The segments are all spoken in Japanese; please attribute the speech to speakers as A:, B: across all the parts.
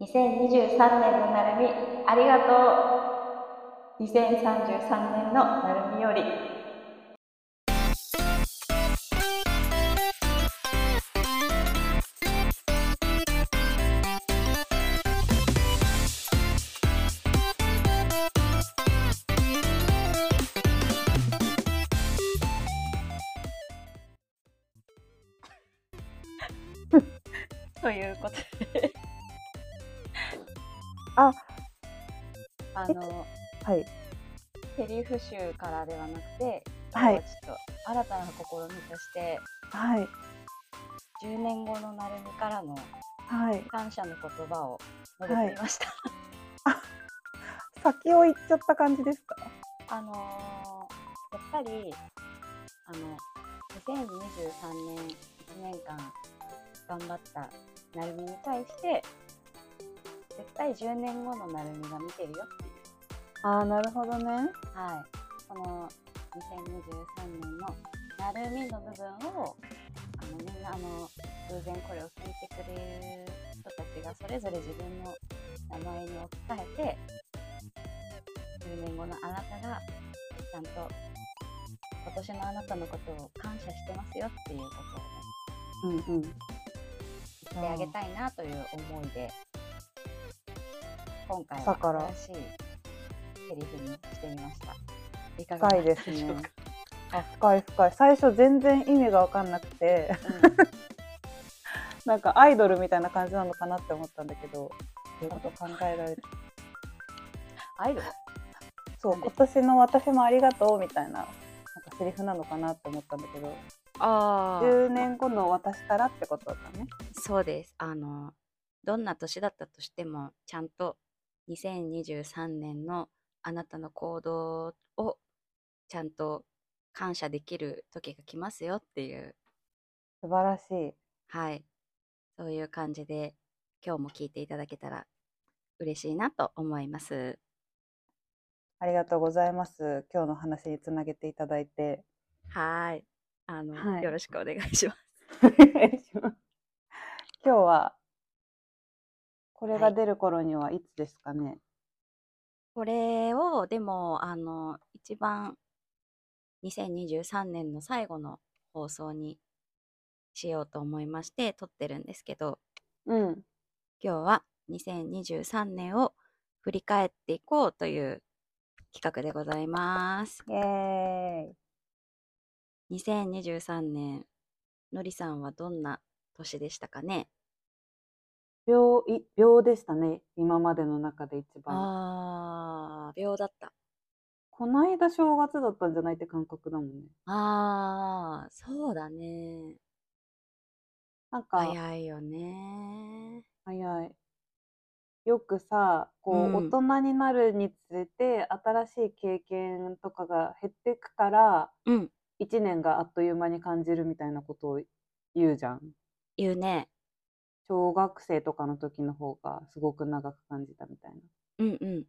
A: 2023年のなるみありがとう2033年のなるみより ということで
B: あ
A: あの
B: はい。
A: セリフ集からではなくて今日は
B: はい
A: ちょっと新たな試みとして
B: はい。
A: 10年後のなるみからの
B: はい。
A: 感謝の言葉を述べてみました、
B: 先を行っちゃった感じですか。
A: あのーやっぱりあの2023年1年間頑張ったなるみに対して絶対10年後のなるみが見てるよっていう
B: ああ、なるほどね。
A: はい、その2023年のなるみの部分をあのみんなあの偶然これを聞いてくれる人たちがそれぞれ自分の名前に置き換えて10年後のあなたがちゃんと今年のあなたのことを感謝してますよっていうことをね
B: うんうん。
A: 言ってあげたいなという思いで今回
B: だから
A: は新しいセリフにしてみました。いかが
B: 深いですね。あ、深い深い。最初全然意味が分かんなくて、 なんかアイドルみたいな感じなのかなって思ったんだけど、そういうこと考え られて。
A: アイドル
B: そう、今年の私もありがとうみたいな。なんかセリフなのかなって思ったんだけど、
A: あ
B: 10年後の私からってことだったね。
A: そうですあのどんな年だったとしてもちゃんと2023年のあなたの行動をちゃんと感謝できる時が来ますよっていう
B: 素晴らしい。
A: はいそういう感じで今日も聞いていただけたら嬉しいなと思います
B: ありがとうございます。今日の話につなげていただいて。
A: はいあの、
B: はい
A: よろしくお願いします
B: お願いします 今日はこれ
A: は
B: が
A: い
B: 出る頃にはいつですかね、
A: これをでもあの一番2023年の最後の放送にしようと思いまして撮ってるんですけど
B: うん
A: 今日は2023年を振り返っていこうという企画でございます
B: イエーイ
A: 2023年のりさんはどんな年でしたかね
B: 秒い秒でしたね今までの中で一番
A: あー秒だった
B: こないだ正月だったんじゃないって感覚だもんね
A: あーそうだね
B: なんか早い
A: 早いよね
B: よくさこう、
A: うん
B: 大人になるにつれて新しい経験とかが減ってくから
A: うん
B: 1年があっという間に感じるみたいなことを言うじゃん
A: 言うね
B: 小学生とかの時の方がすごく長く感じたみたい
A: うんうん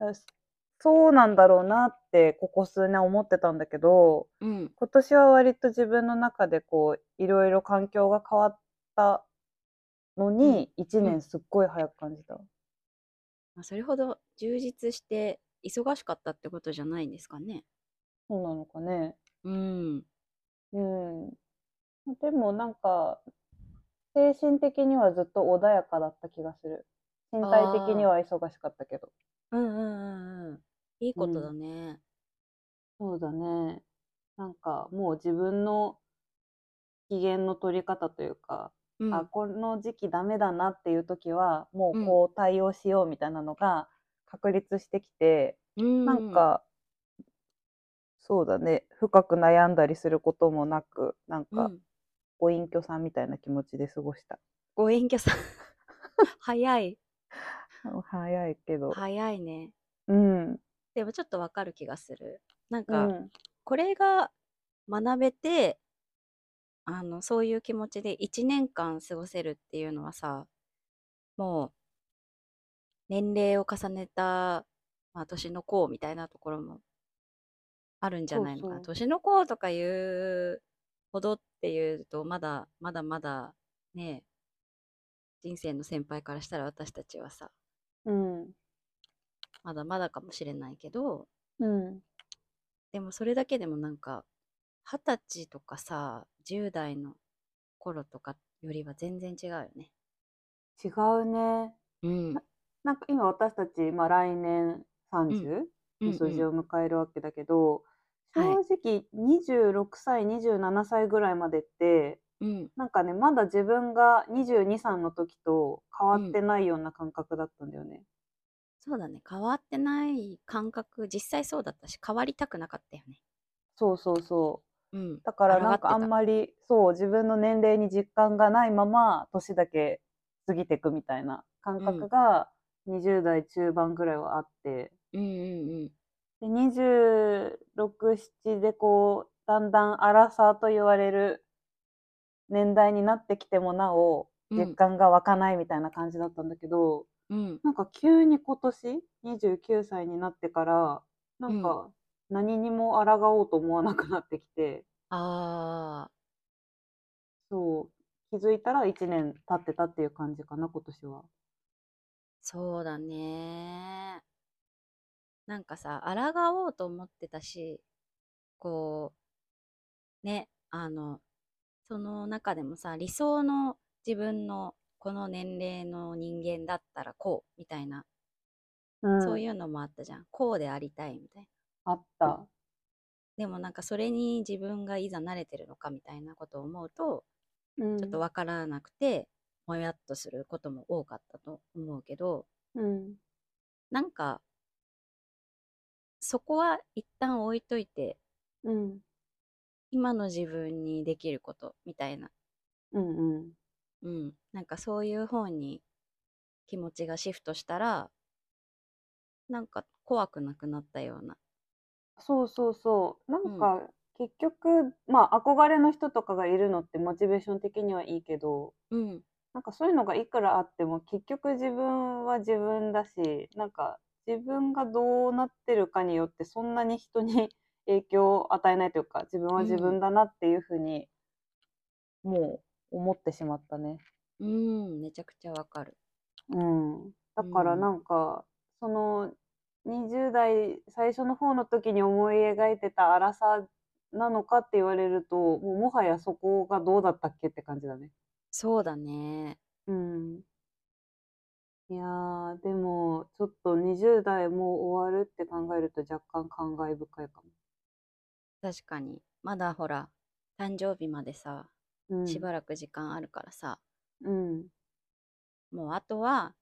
B: な。そうなんだろうなってここ数年思ってたんだけど
A: うん
B: 今年は割と自分の中でこういろいろ環境が変わったのに1
A: うん
B: 年すっごい早く感じた。
A: まあそれほど充実して忙しかったってことじゃないんですかね。
B: そうなのかね。
A: うん。
B: うん。でもなんか精神的にはずっと穏やかだった気がする。身体的には忙しかったけど。
A: うんうんうんうん。いいことだね。
B: そうだね。なんかもう自分の機嫌の取り方というか、
A: うん。
B: あ、この時期ダメだなっていう時は、も
A: うん
B: うこう対応しようみたいなのが確立してきて、
A: うん
B: なん、か、そうだね、深く悩んだりすることもなく、なん
A: う
B: か
A: ん、
B: ご隠居さんみたいな気持ちで過ごした。
A: ご隠居さん。 早い。
B: 早いけど。
A: 早いね。
B: うん。
A: でもちょっとわかる気がする。なん
B: う
A: か、
B: ん
A: これが学べて、あの、そういう気持ちで1年間過ごせるっていうのはさ、もう、年齢を重ねた、まあ、年の功みたいなところもあるんじゃないのかな。
B: そうそ
A: 年の功とかいうほどっていうと、まだ、まだまだね、人生の先輩からしたら私たちはさ
B: うん。
A: まだまだかもしれないけど
B: うん。
A: でもそれだけでもなんか二十歳とかさ10代の頃とかよりは全然違うよね。
B: 違うね。
A: うん、
B: なんか今私たち、まあ来年30の数字を迎えるわけだけど、
A: うんうん
B: 正直26歳、27歳ぐらいまでって、
A: うん
B: なんかね、まだ自分が22、3の時と変わってないような感覚だったんだよね。
A: そうだね変わってない感覚実際そうだったし変わりたくなかったよね。
B: そうそうそう。
A: うん、
B: だからなん
A: 抗
B: か
A: っ
B: あ
A: てた
B: んまりそう自分の年齢に実感がないまま年だけ過ぎてくみたいな感覚が20代中盤ぐらいはあって、
A: うんうん
B: で267でこうだんだんアラサーと言われる年代になってきてもなお
A: うんうん
B: 実感が湧かないみたいな感じだったんだけど、
A: うん
B: なんか急に今年29歳になってからなんか何にも抗おうと思わなくなってきて。
A: あー
B: そう。気づいたら1年経ってたっていう感じかな、今年は。。
A: そうだねなんかさ抗おうと思ってたしこうねあのその中でもさ理想の自分のこの年齢の人間だったらこうみたいな、そういううのもあったじゃんこうでありたいみたいな
B: あった。
A: でもなんかそれに自分がいざ慣れてるのかみたいなことを思うと
B: うん
A: ちょっとわからなくてもやっとすることも多かったと思うけど、
B: うん。
A: なんか、そこは一旦置いといて、
B: うん。
A: 今の自分にできることみたいな、
B: うんうん。
A: うん、なんかそういう方に気持ちがシフトしたら、なんか怖くなくなったような。
B: そうそうそう。なんか、結局、まあ、憧れの人とかがいるのってモチベーション的にはいいけど、
A: うん、
B: なんかそういうのがいくらあっても、結局自分は自分だし、なんか、自分がどうなってるかによって、そんなに人に 影響を与えないというか、自分は自分だなっていうふうに、もう思ってしまったね。
A: うん、めちゃくちゃわかる。
B: うん、だから
A: うん
B: なんか、その20代最初の方の時に思い描いてた荒さなのかって言われるともうもはやそこがどうだったっけって感じだね。
A: そうだね。
B: うん、いやーでもちょっと20代もう終わるって考えると若干感慨深いか
A: 確かに。まだほら、誕生日までさ、
B: も。うん、
A: しばらく時間あるからさ、
B: うん、
A: もうあとは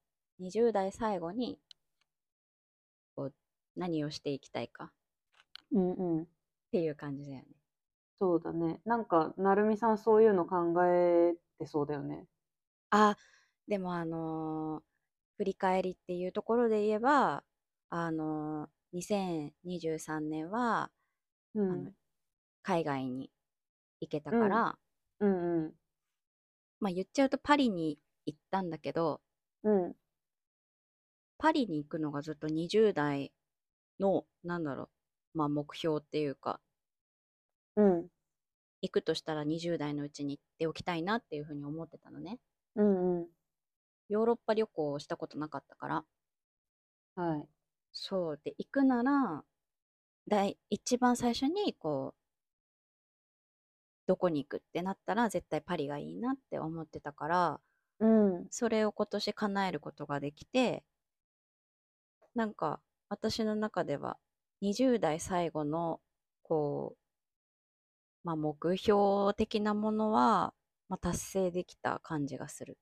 A: 20代最後にこう何をしていきたいかっ
B: うんうん
A: ていう感じだよね。
B: そうだね。なんかなるみさんそういうの考えてそうだよね。
A: あでもあのー振り返りっていうところで言えばあのー2023年は、
B: う
A: あの
B: ん、
A: 海外に行けた
B: うん
A: から、
B: うんうん
A: まあ言っちゃうとパリに行ったんだけど
B: うん
A: パリに行くのがずっと20代のなんだろう、まあ、目標っていうか
B: うん
A: 行くとしたら20代のうちに行っておきたいなっていうふうに思ってたのね。
B: うんうん
A: ヨーロッパ旅行をしたことなかったから。
B: はい。
A: そう。で、行くなら、第、一番最初に、こう、どこに行くってなったら、絶対パリがいいなって思ってたから、
B: うん、
A: それを今年叶えることができて、なんか、私の中では、20代最後の、こう、まあ、目標的なものは、まあ、達成できた感じがする。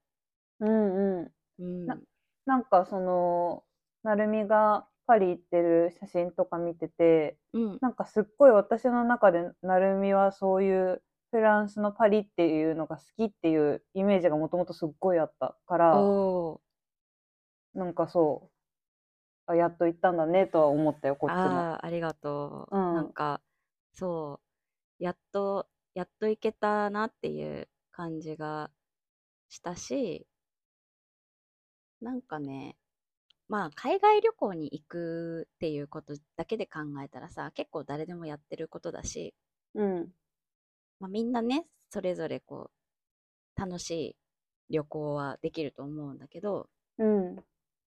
B: うんうん
A: うん。
B: ななんかそのなるみがパリ行ってる写真とか見てて
A: うん。
B: なんかすっごい私の中でなるみはそういうフランスのパリっていうのが好きっていうイメージがもともとすっごいあったから
A: おー。
B: なんかそうあやっと行ったんだねとは思ったよこっちも。
A: ああー、ありがとう。
B: うん
A: なんか、そう、やっと、やっと行けたなっていう感じがしたし、なんかね、まあ、海外旅行に行くっていうことだけで考えたらさ、結構誰でもやってることだし、
B: うん
A: まあ、みんなね、それぞれこう、楽しい旅行はできると思うんだけど、
B: うん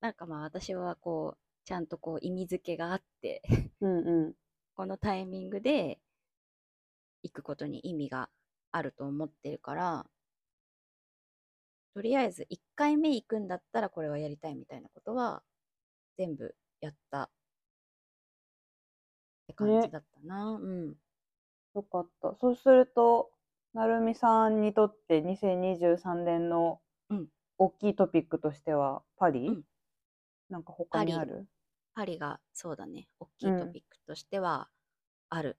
A: なんかまあ私はこう、ちゃんとこう意味付けがあって、
B: うんうん
A: このタイミングで行くことに意味があると思ってるから、とりあえず1回目行くんだったらこれはやりたいみたいなことは全部やったって感じ
B: ね
A: だったな。うん。
B: よかったそうするとなるみさんにとって2023年の
A: うん
B: 大きいトピックとしてはパリ、
A: うん
B: なんか他に
A: パリ
B: ある
A: パリがそうだね、大きいト
B: うん
A: ピックとしてはある。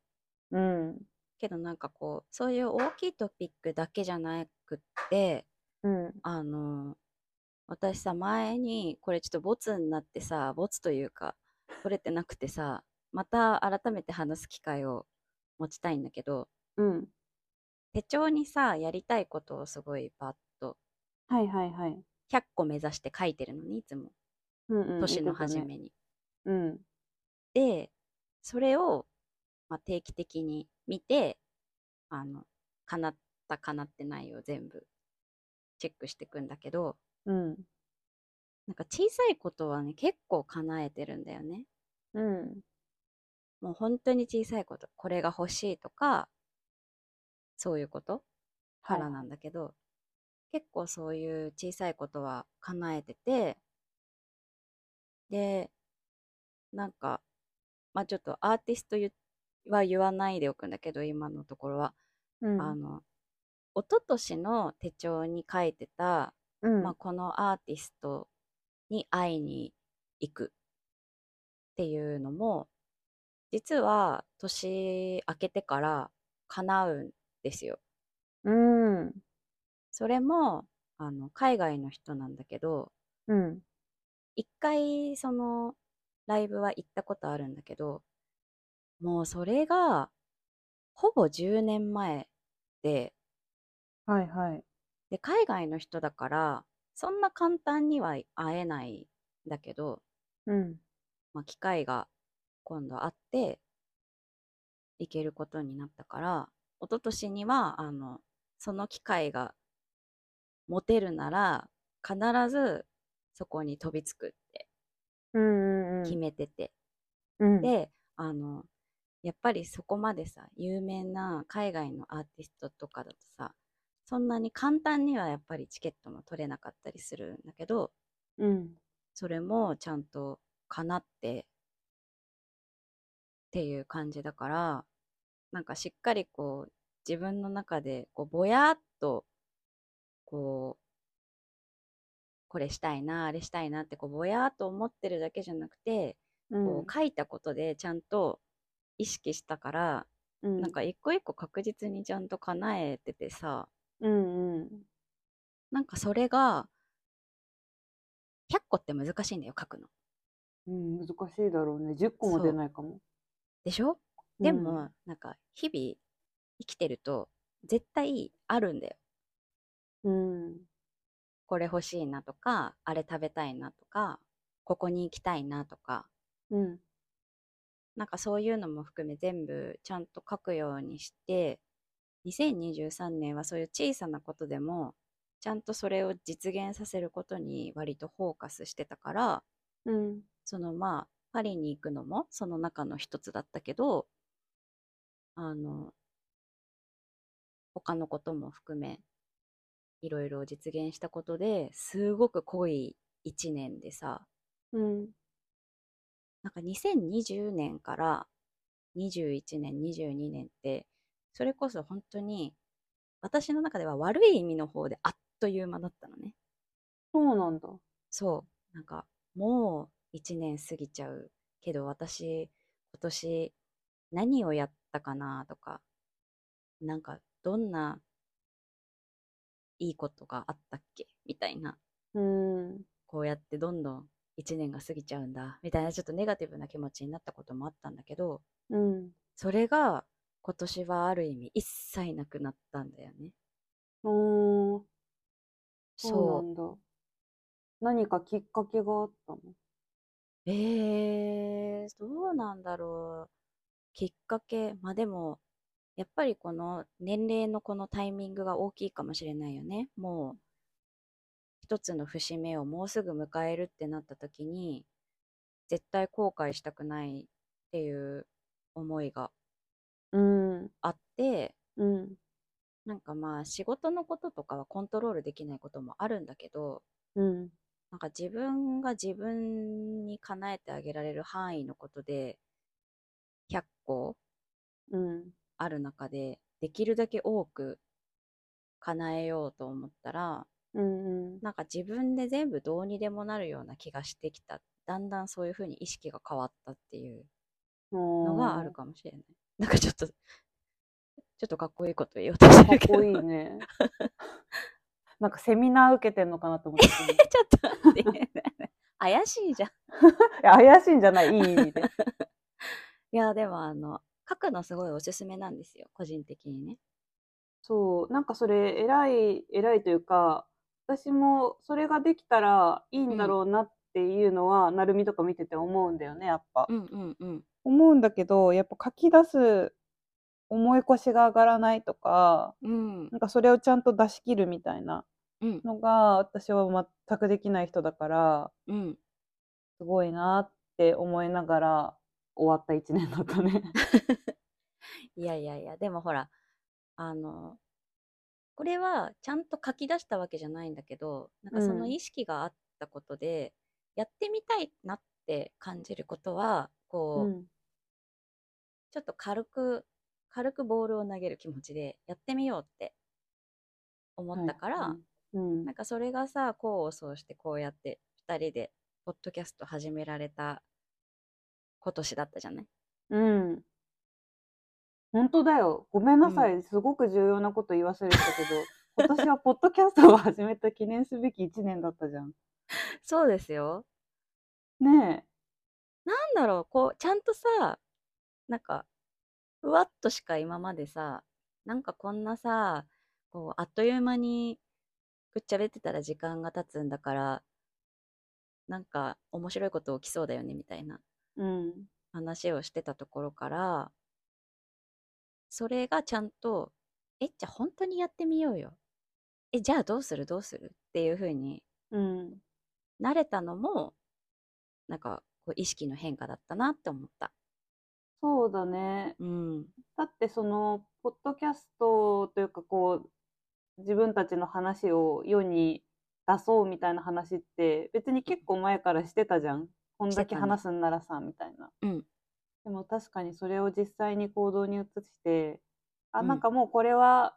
B: うん
A: けどなんかこう、そういう大きいトピックだけじゃなくって、
B: うん
A: あの、私さ、前に、これちょっとボツになってさ、ボツというか、取れてなくてさ、また改めて話す機会を持ちたいんだけど、
B: うん
A: 手帳にさ、やりたいことをすごいパッと、
B: はいはいはい
A: 100個目指して書いてるのに、いつも、
B: うんうん
A: 年の
B: 言ってたね
A: 初めに。
B: うん
A: で、それを、まあ、定期的に見て、あの、叶った、叶ってないを全部、チェックしていくんだけど、
B: うん
A: なんか小さいことはね、結構叶えてるんだよね。
B: うん
A: もう本当に小さいこと、これが欲しいとか、そういうこと
B: は
A: か
B: い
A: らなんだけど、結構そういう小さいことは叶えてて、で、なんか、まあちょっとアーティスト言は言わないでおくんだけど、今のところは、
B: うん
A: あの、一昨年の手帳に書いてた、
B: うん
A: まあ、このアーティストに会いに行くっていうのも実は年明けてから叶うんですよ。
B: うん
A: それもあの海外の人なんだけど
B: うん
A: 一回そのライブは行ったことあるんだけどもうそれがほぼ10年前で
B: はいはい
A: で海外の人だからそんな簡単には会えないんだけど
B: うん
A: まあ、機会が今度あって行けることになったから一昨年にはあのその機会が持てるなら必ずそこに飛びつくって
B: うんうん
A: 決めてて、
B: うん
A: であのやっぱりそこまでさ有名な海外のアーティストとかだとさそんなに簡単にはやっぱりチケットも取れなかったりするんだけど
B: うん
A: それもちゃんと叶ってっていう感じだからなんかしっかりこう自分の中でこうぼやっとこうこれしたいなあれしたいなってこうぼやっと思ってるだけじゃなくて、こう書いたことでちゃんと意識したから、
B: うん
A: なんか一個一個確実にちゃんと叶えててさ
B: うんうん
A: なんかそれが100個って難しいんだよ書くの。
B: うん難しいだろうね10個も出ないかも
A: でしょでも、なんか日々生きてると絶対あるんだよ。
B: うんうん
A: これ欲しいなとか、あれ食べたいなとか、ここに行きたいなとか、
B: うん
A: なんかそういうのも含め全部ちゃんと書くようにして、2023年はそういう小さなことでも、ちゃんとそれを実現させることに割とフォーカスしてたから、
B: うん
A: そのまあ、パリに行くのもその中の一つだったけど、あの、他のことも含め、いろいろ実現したことですごく濃い一年でさ、
B: うん
A: なんか2020年から21年、22年って、それこそ本当に私の中では悪い意味の方であっという間だったのね。
B: そうなんだ
A: そう、なんかもう1年過ぎちゃうけど私今年何をやったかなとか、なんかどんないいことがあったっけみたいな、
B: うん
A: こうやってどんどん1年が過ぎちゃうんだみたいなちょっとネガティブな気持ちになったこともあったんだけど、
B: うん
A: それが今年はある意味一切なくなったんだよね。
B: おーそうな
A: そ
B: んだ何かきっかけがあったの
A: う。えー、どうなんだろう。きっかけ、まあでも、やっぱりこの年齢のこのタイミングが大きいかもしれないよね。もう一つの節目をもうすぐ迎えるってなった時に絶対後悔したくないっていう思いが
B: うん
A: あって
B: うん
A: なんかまあ仕事のこととかはコントロールできないこともあるんだけど
B: うん
A: なんか自分が自分に叶えてあげられる範囲のことで100個
B: うん
A: ある中でできるだけ多く叶えようと思ったら
B: うん
A: なんか自分で全部どうにでもなるような気がしてきただんだんそういうふうに意識が変わったっていうの
B: の
A: があるかもしれないなんかちょっとちょっとかっこいいこと言おうとして
B: かっ
A: るけど
B: こいいねなんかセミナー受けてんのかなと思ってたい
A: ちょっと待って怪しいじゃん
B: や怪しいんじゃないいい意味で
A: いやでもあの書くのすごいおすすめなんですよ個人的にね
B: そうなんかそれ偉い偉いというか私もそれができたらいいんだろうなっていうのは、なるみとか見てて思うんだよねやっぱ、
A: うんうんうん
B: 思うんだけどやっぱ書き出す思い越しが上がらないとか
A: うん
B: なんかそれをちゃんと出し切るみたいな
A: うん
B: のが私は全くできない人だから
A: うん
B: すごいなって思いながら終わった一年だったね。
A: いやいやいや、でもほら、あの、これはちゃんと書き出したわけじゃないんだけど、なんかその
B: うん
A: 意識があったことで、やってみたいなって感じることは、こう、
B: うん
A: ちょっと軽く、軽くボールを投げる気持ちで、やってみようって思ったから、
B: うん
A: なんかそれがさ、功を奏してこうやって2人で、ポッドキャスト始められた今年だったじゃない
B: うん。本当だよ。ごめんなさい。すごく重要なこと言わせれたけど、今年はポッドキャストを始めた記念すべき1年だったじゃん。
A: そうですよ。
B: ね
A: なんだろう、こう、ちゃんとさ、なんか、ふわっとしか今までさ、なんかこんなさ、こう、あっという間にぐっちゃべってたら時間が経つんだから、なんか面白いこと起きそうだよね、みたいな
B: え。うん。
A: 話をしてたところから、それがちゃんと、え、じゃあ本当にやってみようよ。え、じゃあどうするどうするっていう風に
B: うん。
A: 慣れたのも、なんか、こう意識の変化だったなって思った。
B: そうだね。
A: うん。
B: だってその、ポッドキャストというかこう、自分たちの話を世に出そうみたいな話って、別に結構前からしてたじゃん。こんだ
A: して
B: け
A: たね
B: 話すんならさ、みたいな。
A: うん。
B: でも確かにそれを実際に行動に移して、あ、
A: うん
B: なんかもうこれは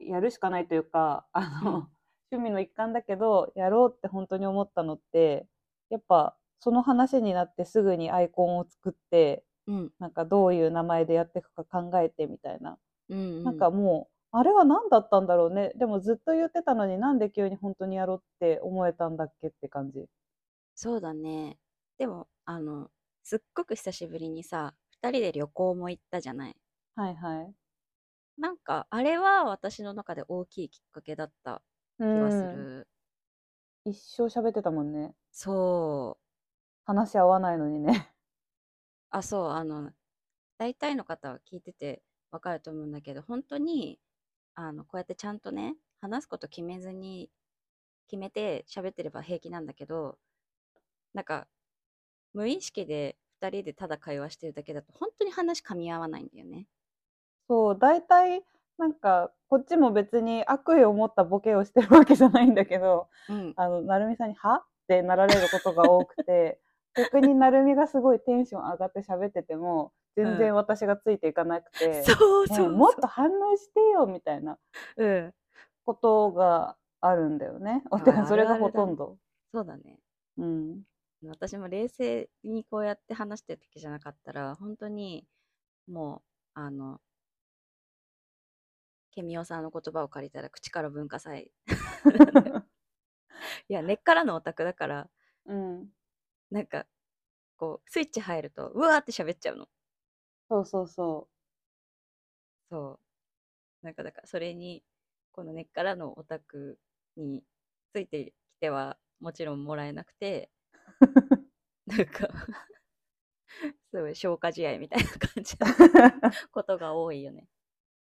B: やるしかないというか、あの、
A: うん
B: 趣味の一環だけど、やろうって本当に思ったのって、やっぱその話になってすぐにアイコンを作って、
A: うん。
B: なんかどういう名前でやっていくか考えてみたいな。
A: うん、
B: なんか、もう、あれは何だったんだろうね。でもずっと言ってたのになんで急に本当にやろうって思えたんだっけって感じ。
A: そうだね。でも、あの、すっごく久しぶりにさ、二人で旅行も行ったじゃない。
B: はいはい。
A: なんか、あれは私の中で大きいきっかけだった
B: う
A: 気がす
B: ん。
A: る。
B: 一生喋ってたもんね。
A: そう。
B: 話合わないのにね。
A: あ、そう、あの、大体の方は聞いててわかると思うんだけど、本当に、あの、こうやってちゃんとね、話すこと決めずに、決めて喋ってれば平気なんだけど、なんか、無意識で2人でただ会話してるだけだと、本当に話噛み合わないんだよね。
B: そう、大体、なんか、こっちも別に悪意を持ったボケをしてるわけじゃないんだけど、
A: うん。
B: あの、なるみさんに、はってなられることが多く て、逆になるみがすごいテンション上がって喋ってても、全
A: う
B: 然私がついていかなくて、
A: そう
B: ね
A: そうそう。
B: もっと反応してよ、みたいな
A: うん。
B: ことがあるんだよね。
A: あ
B: てか
A: あ
B: それ
A: るあ
B: が
A: るだ
B: ほとんど。
A: そうだね。
B: うん。
A: 私も冷静にこうやって話してる時じゃなかったら、本当に、もう、あの、ケミオさんの言葉を借りたら口から文化祭。 いや、根っからのオタクだから、
B: うん。
A: なんか、こう、スイッチ入ると、うわーって喋っちゃうの。
B: そうそうそ
A: そう。なんか、だから、それに、この根っからのオタクについてきては、もちろんもらえなくて、
B: う。
A: なんか、 すごい消化試合みたいな感じのことが多いよね。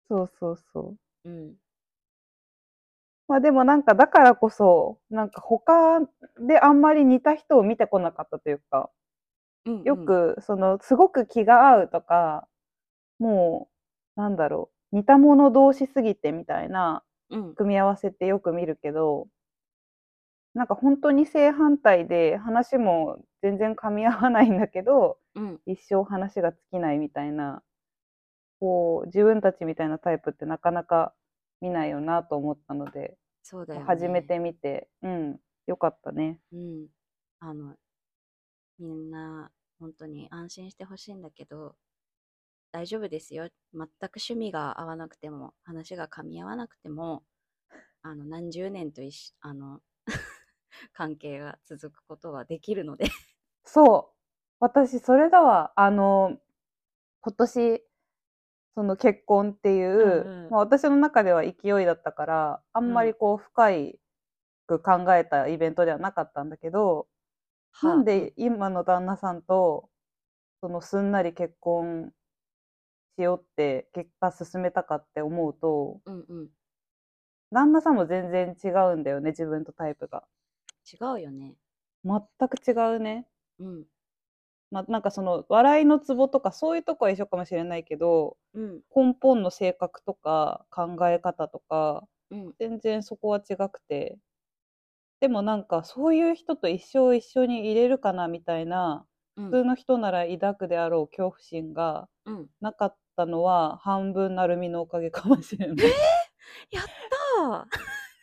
B: そうそうそう。
A: うん。
B: まあでもなんかだからこそ、なんか他であんまり似た人を見てこなかったというか、
A: うんうん
B: よくそのすごく気が合うとか、もうなんだろう、似た者同士すぎてみたいな
A: うん
B: 組み合わせってよく見るけど、なんか本当に正反対で話も全然噛み合わないんだけど、
A: うん
B: 一生話が尽きないみたいな、こう自分たちみたいなタイプってなかなか見ないよなと思ったので、
A: そうだよね
B: 始めてみて、うん、よかったね。
A: うん、あの、みんな、本当に安心してほしいんだけど、大丈夫ですよ。全く趣味が合わなくても、話が噛み合わなくても、あの、何十年と一緒、あの、 関係が続くことはできるので。
B: そう、私それだわ。あの、今年、その結婚っていう、
A: うんうん
B: まあ、私の中では勢いだったから、あんまりこう深いく考えたイベントではなかったんだけど、なんで今の旦那さんと、そのすんなり結婚しようって結果進めたかって思うと、
A: うんうん。
B: 旦那さんも全然違うんだよね、自分とタイプが。
A: 違うよね。
B: 全く違うね。
A: うん。
B: まあ、なんかその笑いのツボとかそういうとこは一緒かもしれないけど
A: うん。
B: 根本の性格とか考え方とか
A: うん。
B: 全然そこは違くてでもなんかそういう人と一生一緒にいれるかなみたいな
A: うん。
B: 普通の人なら抱くであろう恐怖心が
A: うん。
B: なかったのは半分なるみのおかげかもしれない。
A: あ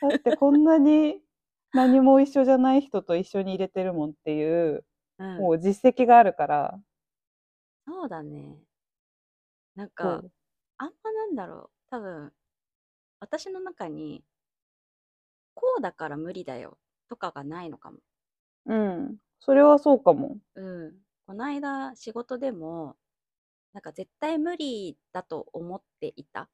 A: ー
B: だってこんなに何も一緒じゃない人と一緒に入れてるもんっていう
A: うん
B: もう実績があるから。
A: そうだね。なん
B: そ
A: か
B: う、
A: あんまなんだろう。多分、私の中に、こうだから無理だよとかがないのかも。
B: うん、それはそうかも。
A: うん。この間、仕事でも、なんか絶対無理だと思っていた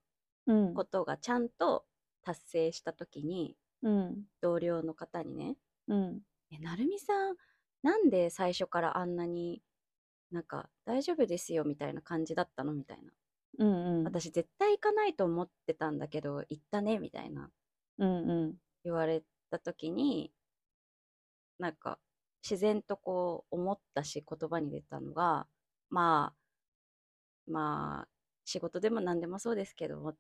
B: うん
A: ことがちゃんと達成したときに、
B: うん
A: 同僚の方にね、
B: うん
A: え、なるみさん、なんで最初からあんなになんか大丈夫ですよみたいな感じだったのみたいな。
B: うんうん
A: 私絶対行かないと思ってたんだけど行ったねみたいな
B: うんうん
A: 言われた時になんか自然とこう思ったし言葉に出たのがまあまあ仕事でも何でもそうですけども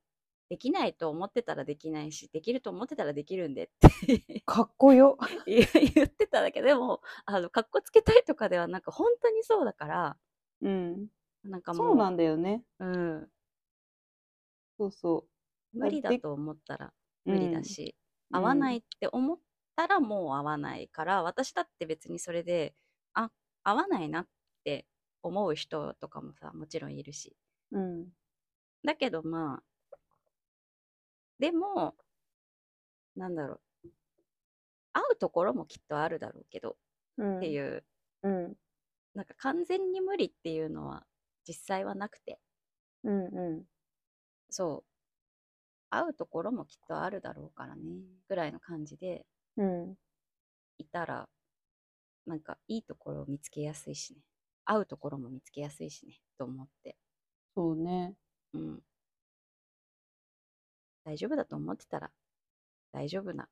A: できないと思ってたらできないしできると思ってたらできるんでって
B: かっこよ。
A: 言ってただけでもあのかっこつけたいとかではなく本当にそうだから
B: うん、
A: なんかも
B: そううなんだよね。
A: うん、
B: そうそ
A: 無理だ
B: で
A: と思ったら
B: う。
A: 無理だ
B: うん、。
A: し、合わないいって思ったらもう合わないから、私だって別にそれであ合わないなって思う人とかもさもちろんいるし
B: うん
A: だけどまあでもなんだろう合うところもきっとあるだろうけど
B: うん、。
A: っていうう、
B: うん
A: なんか完全に無理っていうのは実際はなくて
B: うんうん
A: そう合うところもきっとあるだろうからねぐらいの感じで
B: うん、
A: いたら、なんかいいところを見つけやすいしね。合うところも見つけやすいしね。と思って。
B: そうね。
A: うん。大丈夫だと思ってたら、大丈夫な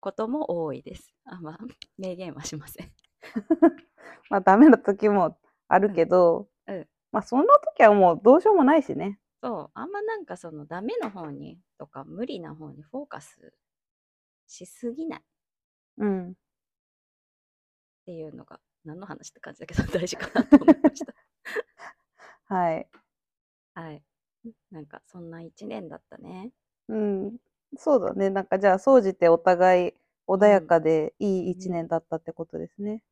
A: ことも多いです。あ、まあ、 明言はしません。
B: まあダメな時もあるけど、
A: うんうん
B: まあその時はもうどうしようもないしね。
A: そう、あんまなんかそのダメの方にとか無理な方にフォーカスしすぎないっ
B: うん、
A: ていうのが、何の話って感じだけど、 大事かなと思いました。
B: はい。
A: はい。なんかそんな一年だったね。
B: うん、そうだね。なんかじゃあ総じてお互い穏やかでいい一年だったってことですね。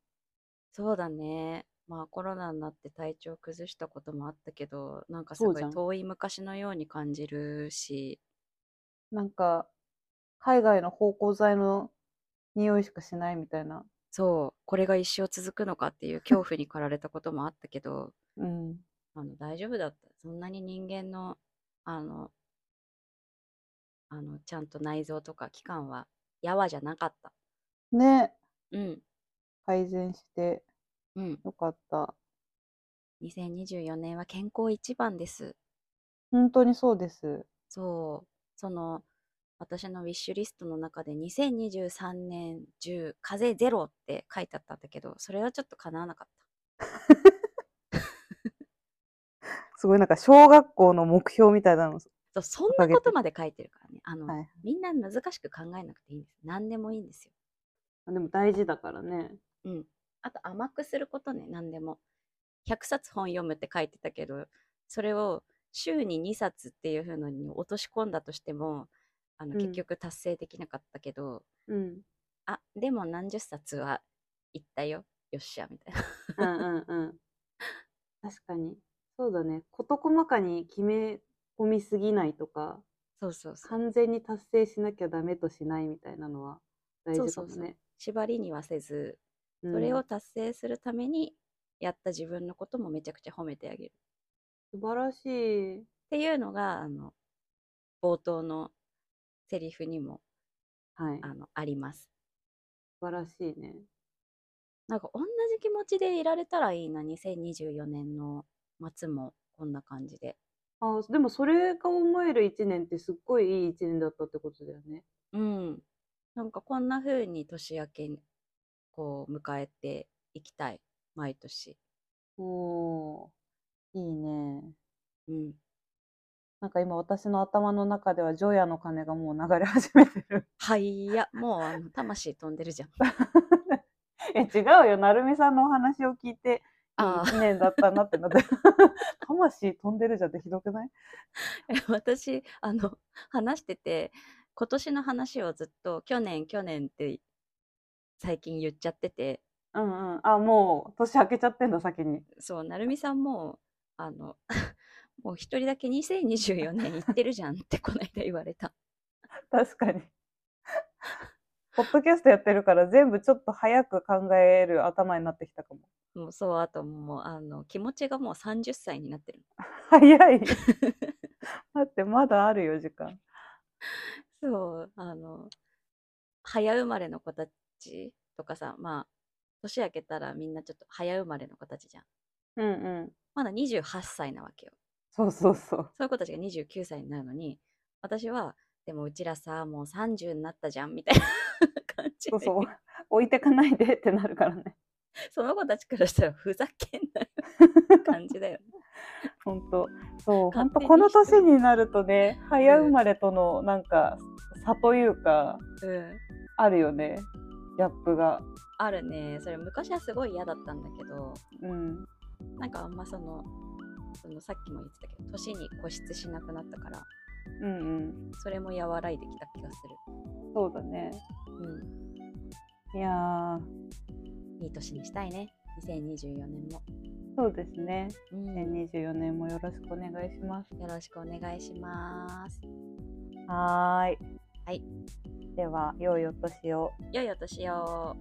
A: そうだね。まあコロナになって体調崩したこともあったけど、なんかす
B: そう
A: ご
B: じゃ
A: い
B: ん
A: 遠い昔のように感じるし、
B: なんか海外の芳香剤の匂いしかしないみたいな。
A: そう、これが一生続くのかっていう恐怖に駆られたこともあったけど、
B: うん、
A: あの大丈夫だった。そんなに人間の、あの、あの、ちゃんと内臓とか器官は、やわじゃなかった。
B: ね
A: うん、
B: 改善して
A: うん。
B: よかった
A: 2024年は健康一番です。
B: 本当にそうです
A: そう、その、私のウィッシュリストの中で2023年中風ゼロって書いてあったんだけどそれはちょっと叶わなかった
B: すごいなんか小学校の目標みたいなの。
A: そうそん
B: か
A: な
B: げ
A: こと
B: で
A: まで書いてるからねあの、
B: はい
A: みんな難しく考えなくていいんです何でもいいんですよ
B: でも大事だからね。
A: うん。あと甘くすることね、何でも。100冊本読むって書いてたけど、それを週に2冊っていう風のに落とし込んだとしても、あの
B: うん
A: 結局達成できなかったけど、
B: うん。
A: あ、でも何十冊はいったよ。よっしゃ、みたいな。
B: うんうん うん。確かに。そうだね。事細かに決め込みすぎないとか、
A: そうそうそう。
B: 完全に達成しなきゃダメとしないみたいなのは大事かも
A: そうそう
B: ね。
A: 縛りにはせず、
B: そ
A: それを達成するためにやった自分のこともめちゃくちゃ褒めてあげる。
B: 素晴らしい。
A: っていうのが、あの、冒頭のセリフにも、
B: はい。
A: あの、あります。
B: 素晴らしいね。
A: なんか同じ気持ちでいられたらいいな、2024年の末もこんな感じで。
B: あでもそれが思える一年ってすっごいいい一年だったってことだよね。
A: うん。なんかこんな風に年明けにこう迎えていきたい、毎年。
B: おー、いいね。
A: うん。
B: なんか今私の頭の中ではジョヤの鐘がもう流れ始めてる。
A: はいや、もうあの魂飛んでるじゃん。
B: え、違うよ。なるみさんのお話を聞いて、
A: ああ
B: 1年だったなってな って。魂飛んでるじゃんってひどくない
A: 私、あの、 話してて、今年の話をずっと去年、去年って最近言っちゃってて、
B: うんうん。あ、もう年明けちゃってんだ、先に。
A: そう、なるみさんも、あの、 もう一人だけ2024年行ってるじゃんってこの間言われた。
B: 確かに。ポッドキャストやってるから全部ちょっと早く考える頭になってきたかも。
A: もうそう、あともう、あの、気持ちがもう30歳になってる。
B: 早い。だってまだあるよ、時間。
A: そう、あの、早生まれの子たちとかさ、まあ、年明けたらみんなちょっと早生まれの子たちじゃん。
B: うんうん。
A: まだ28歳なわけよ。
B: そうそう そう。
A: そういう子たちが29歳になるのに、私は、でもうちらさ、もう30になったじゃん、みたいな感じ
B: そう
A: で。
B: そう。置いてかないでってなるからね。
A: その子たちからしたらふざけんなよ感じだ よね。
B: 本当そう
A: 勝
B: 本
A: 手
B: 当
A: に
B: この年になるとね早生まれとのなんか差というか
A: うん。
B: あるよねギャップが
A: あるね。それ昔はすごい嫌だったんだけど、
B: うん
A: なんかあんまその、そのさっきも言ってたけど、年に固執しなくなったから、
B: うんうん
A: それも和らいできた気がす
B: そうだね
A: る。う
B: いやー
A: ん。いい年にしたいね。2024年も。
B: そうですね
A: うん。よ
B: 2024年もよろしくお願いします
A: ろしくお願いします。
B: はーい
A: はい
B: では良いお年を
A: 良いお年を。